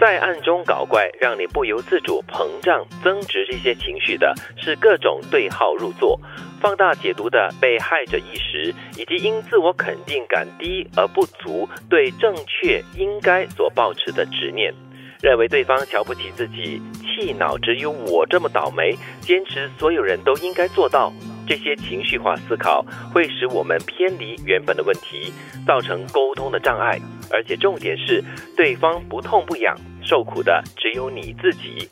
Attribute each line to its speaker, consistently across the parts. Speaker 1: 在暗中搞怪，让你不由自主膨胀、增值这些情绪的，是各种对号入座、放大解读的被害者意识，以及因自我肯定感低而不足对正确应该所抱持的执念，认为对方瞧不起自己，气恼只有我这么倒霉，坚持所有人都应该做到。这些情绪化思考会使我们偏离原本的问题，造成沟通的障碍，而且重点是对方不痛不痒，受苦的只有你自己。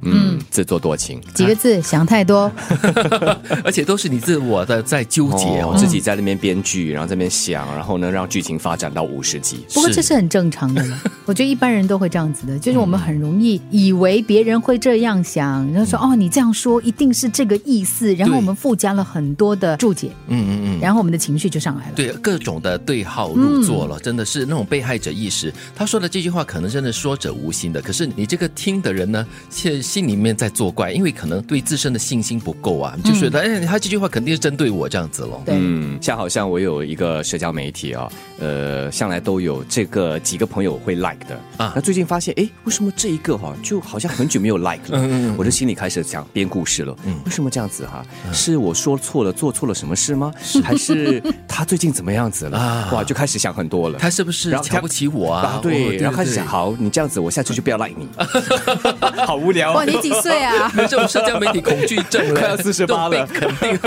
Speaker 2: 嗯，自作多情，
Speaker 3: 几个字，想太多。
Speaker 4: 哎而且都是你自我的在纠结
Speaker 2: 哦
Speaker 4: 哦。
Speaker 2: 自己在那边编剧，然后在那边想，然后呢，让剧情发展到五十集。
Speaker 3: 不过这是很正常的 嘛，我觉得一般人都会这样子的，就是我
Speaker 4: 嗯
Speaker 3: 们很容易以为别人会这样想，然后
Speaker 4: 嗯
Speaker 3: 说哦，你这样说一定是这个意思，然后我们附加了很多的注解，
Speaker 4: 嗯嗯嗯。
Speaker 3: 然后我们的情绪就上来了。
Speaker 4: 对各种的对号入座
Speaker 2: 嗯
Speaker 4: 了，真的是那种被害者意识。他说的这句话可能真的说者无心的，可是你这个听的人呢，是心里面在作怪，因为可能对自身的信心不够啊，就觉得、哎，他这句话肯定是针对我这样子咯。
Speaker 3: 对
Speaker 2: 嗯，像好像我有一个社交媒体啊、呃，向来都有这个几个朋友会 like 的
Speaker 4: 啊
Speaker 2: 那最近发现，哎，为什么这一个哈、就好像很久没有 like 了？
Speaker 4: 嗯嗯嗯嗯
Speaker 2: 我就心里开始想编故事了。为什么这样子哈、是我说错了，做错了什么事吗？还是他最近怎么样子了？
Speaker 4: 啊
Speaker 2: 哇，就开始想很多了。
Speaker 4: 他是不是
Speaker 2: 然后他
Speaker 4: 瞧不起我啊？
Speaker 2: 啊，对，然后开始想，
Speaker 4: 想，？
Speaker 2: 好，你这样子，我下次就不要 like 你，好无聊、
Speaker 3: 哇，
Speaker 2: 啊。
Speaker 3: 你几岁啊
Speaker 4: 没有这种社交媒体恐惧症了，
Speaker 2: 快要48了
Speaker 4: 都被肯定。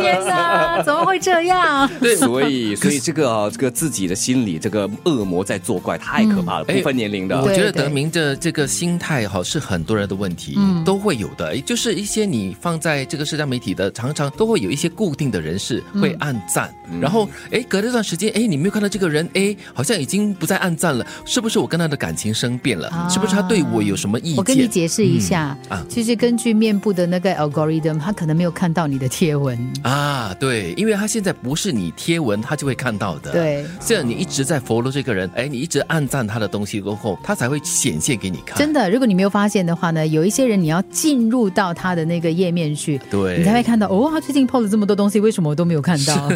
Speaker 3: 天哪，怎么会这样？
Speaker 2: 对，所以所以这个啊，这个自己的心理这个恶魔在作怪，太可怕了，
Speaker 4: 哎
Speaker 2: 不分年龄的。
Speaker 4: 我觉得
Speaker 3: 对对
Speaker 4: 德明的这个心态哈是很多人的问题，
Speaker 3: 嗯
Speaker 4: 都会有的。诶就是一些你放在这个社交媒体的，常常都会有一些固定的人士
Speaker 3: 嗯
Speaker 4: 会暗赞，然后哎隔了一段时间，哎你没有看到这个人，哎好像已经不再暗赞了，是不是我跟他的感情生变了？
Speaker 3: 啊
Speaker 4: 是不是他对我有什么意见？
Speaker 3: 我跟你解释一下，
Speaker 4: 嗯啊
Speaker 3: 其实根据面部的那个 algorithm，他可能没有看到你的贴文。
Speaker 4: 啊，对，因为他现在不是你贴文，他就会看到的。
Speaker 3: 对，
Speaker 4: 这样你一直在 follow 这个人，哎，你一直暗赞他的东西过后，他才会显现给你
Speaker 2: 啊
Speaker 4: 看。
Speaker 3: 真的，如果你没有发现的话呢，有一些人你要进入到他的那个页面去，
Speaker 4: 对
Speaker 3: 你才会看到哦，他最近 PO 了这么多东西，为什么我都没有 看到？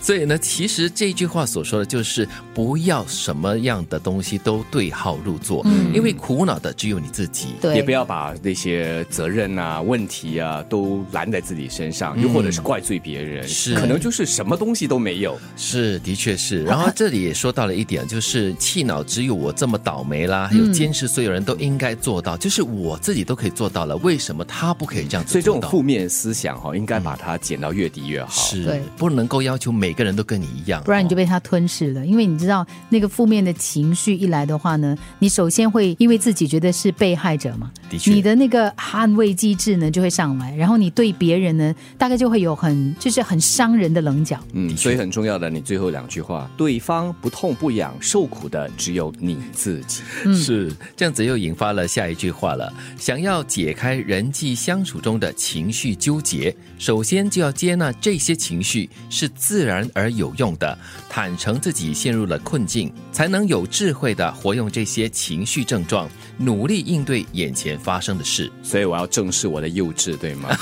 Speaker 4: 所以呢，其实这句话所说的就是不要什么样的东西都对号入座，因为苦恼的只有你自
Speaker 3: 嗯
Speaker 4: 己。
Speaker 3: 对，
Speaker 2: 也不要把那些责任啊、问题啊都揽在自己身上，又或者是怪罪别人，
Speaker 4: 是
Speaker 2: 可能就是什么东西都没有。
Speaker 4: 是，的确是。然后这里也说到了一点，就是气恼只有我这么倒霉啦，还有
Speaker 3: 嗯
Speaker 4: 坚持所有人都应该做到，就是我自己都可以做到了，为什么他不可以这样
Speaker 2: 所
Speaker 4: 子
Speaker 2: 以这
Speaker 4: 做
Speaker 2: 种
Speaker 4: 到？
Speaker 2: 负面思想哈、应该把它减到越低越好。
Speaker 4: 是
Speaker 3: 对
Speaker 4: 不能够要求每个人都跟你一样，哦
Speaker 3: 不然你就
Speaker 4: 被
Speaker 3: 被他吞噬了。因为你知道，那个负面的情绪一来的话呢，你首先会因为自己觉得是被害者嘛，
Speaker 4: 的确
Speaker 3: 你的那个捍卫机制呢就会上来，然后你对别人呢大概就会有很就是很伤人的棱角。
Speaker 2: 嗯，所以很重要的，你最后两句话，对方不痛不痒，受苦的只有你自己。
Speaker 4: 是这样子，又引发了下一句话了。想要解开人际相处中的情绪纠结，首先就要接纳这些情绪是自然而有用的，坦诚自己陷入了困境，才能有智慧的活用这些情绪症状，努力应对眼前发生的事。
Speaker 2: 所以我要正视我的幼稚，对 吗？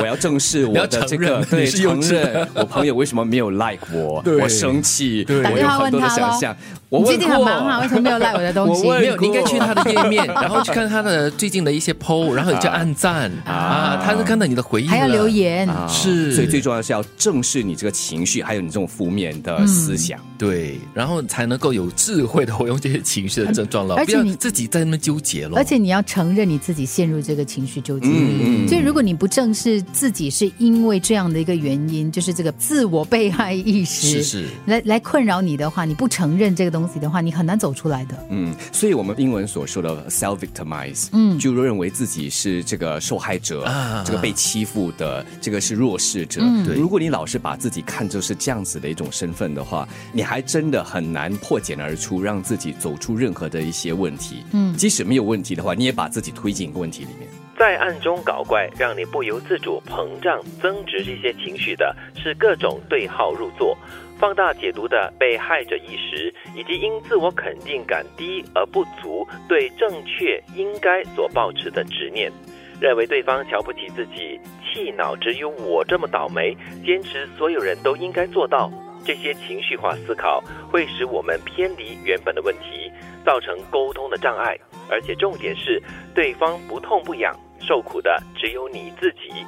Speaker 2: 我要正视我的这
Speaker 4: 你要承
Speaker 2: 个，
Speaker 4: 认
Speaker 2: 对，
Speaker 4: 你是幼
Speaker 2: 承
Speaker 4: 稚
Speaker 2: 认我朋友为什么没有 like 我，
Speaker 4: 对
Speaker 2: 我生气，
Speaker 3: 打
Speaker 2: 我
Speaker 3: 电
Speaker 2: 有
Speaker 3: 话
Speaker 2: 很
Speaker 3: 问
Speaker 2: 多的
Speaker 3: 他咯
Speaker 2: 想象。我
Speaker 3: 你最
Speaker 2: 问
Speaker 3: 近很
Speaker 2: 过
Speaker 3: 忙啊，为什么没有赖我的东西？
Speaker 2: 我问
Speaker 4: 没有，你应该
Speaker 2: 过
Speaker 4: 去他的页面，然后去看他的最近的一些 PO，然后你就按赞啊他能看到你的回应，
Speaker 3: 还要留。言。
Speaker 2: 啊
Speaker 4: 是
Speaker 2: 所以最重要的是要正视你这个情绪，还有你这种负面
Speaker 3: 嗯
Speaker 2: 的思想。
Speaker 4: 对，然后才能够有智慧的活用这些情绪的症状了，
Speaker 3: 而
Speaker 4: 不
Speaker 3: 且
Speaker 4: 要
Speaker 3: 你
Speaker 4: 自己在那边纠结了。
Speaker 3: 而且你要承认你自己陷入这个情绪纠结，
Speaker 2: 嗯嗯
Speaker 3: 所以如果你不正视自己是因为这样的一个原因，就是这个自我被害意识，
Speaker 4: 是是
Speaker 3: 来来困扰你的话，你不承认这个东西的话，你很难走出来的。
Speaker 2: 嗯，所以我们英文所说的 self victimize，嗯，就认为自己是这个受害者，这个被欺负的，这个是弱势者。
Speaker 4: 对
Speaker 2: 如果你老是把自己看作是这样子的一种身份的话，你还真的很难破茧而出，让自己走出任何的一些问题。嗯，即使没有问题的话，你也把自己推进一个问题里面。
Speaker 1: 在暗中搞怪，让你不由自主膨胀、增值这些情绪的，是各种对号入座、放大解读的被害者意识，以及因自我肯定感低而不足对正确应该所抱持的执念，认为对方瞧不起自己，气恼只有我这么倒霉，坚持所有人都应该做到。这些情绪化思考会使我们偏离原本的问题，造成沟通的障碍。而且重点是，对方不痛不痒，受苦的只有你自己。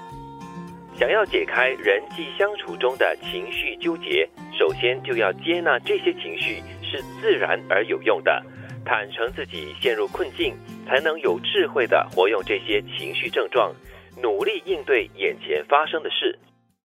Speaker 1: 想要解开人际相处中的情绪纠结，首先就要接纳这些情绪是自然而有用的，坦诚自己陷入困境，才能有智慧的活用这些情绪症状，努力应对眼前发生的事。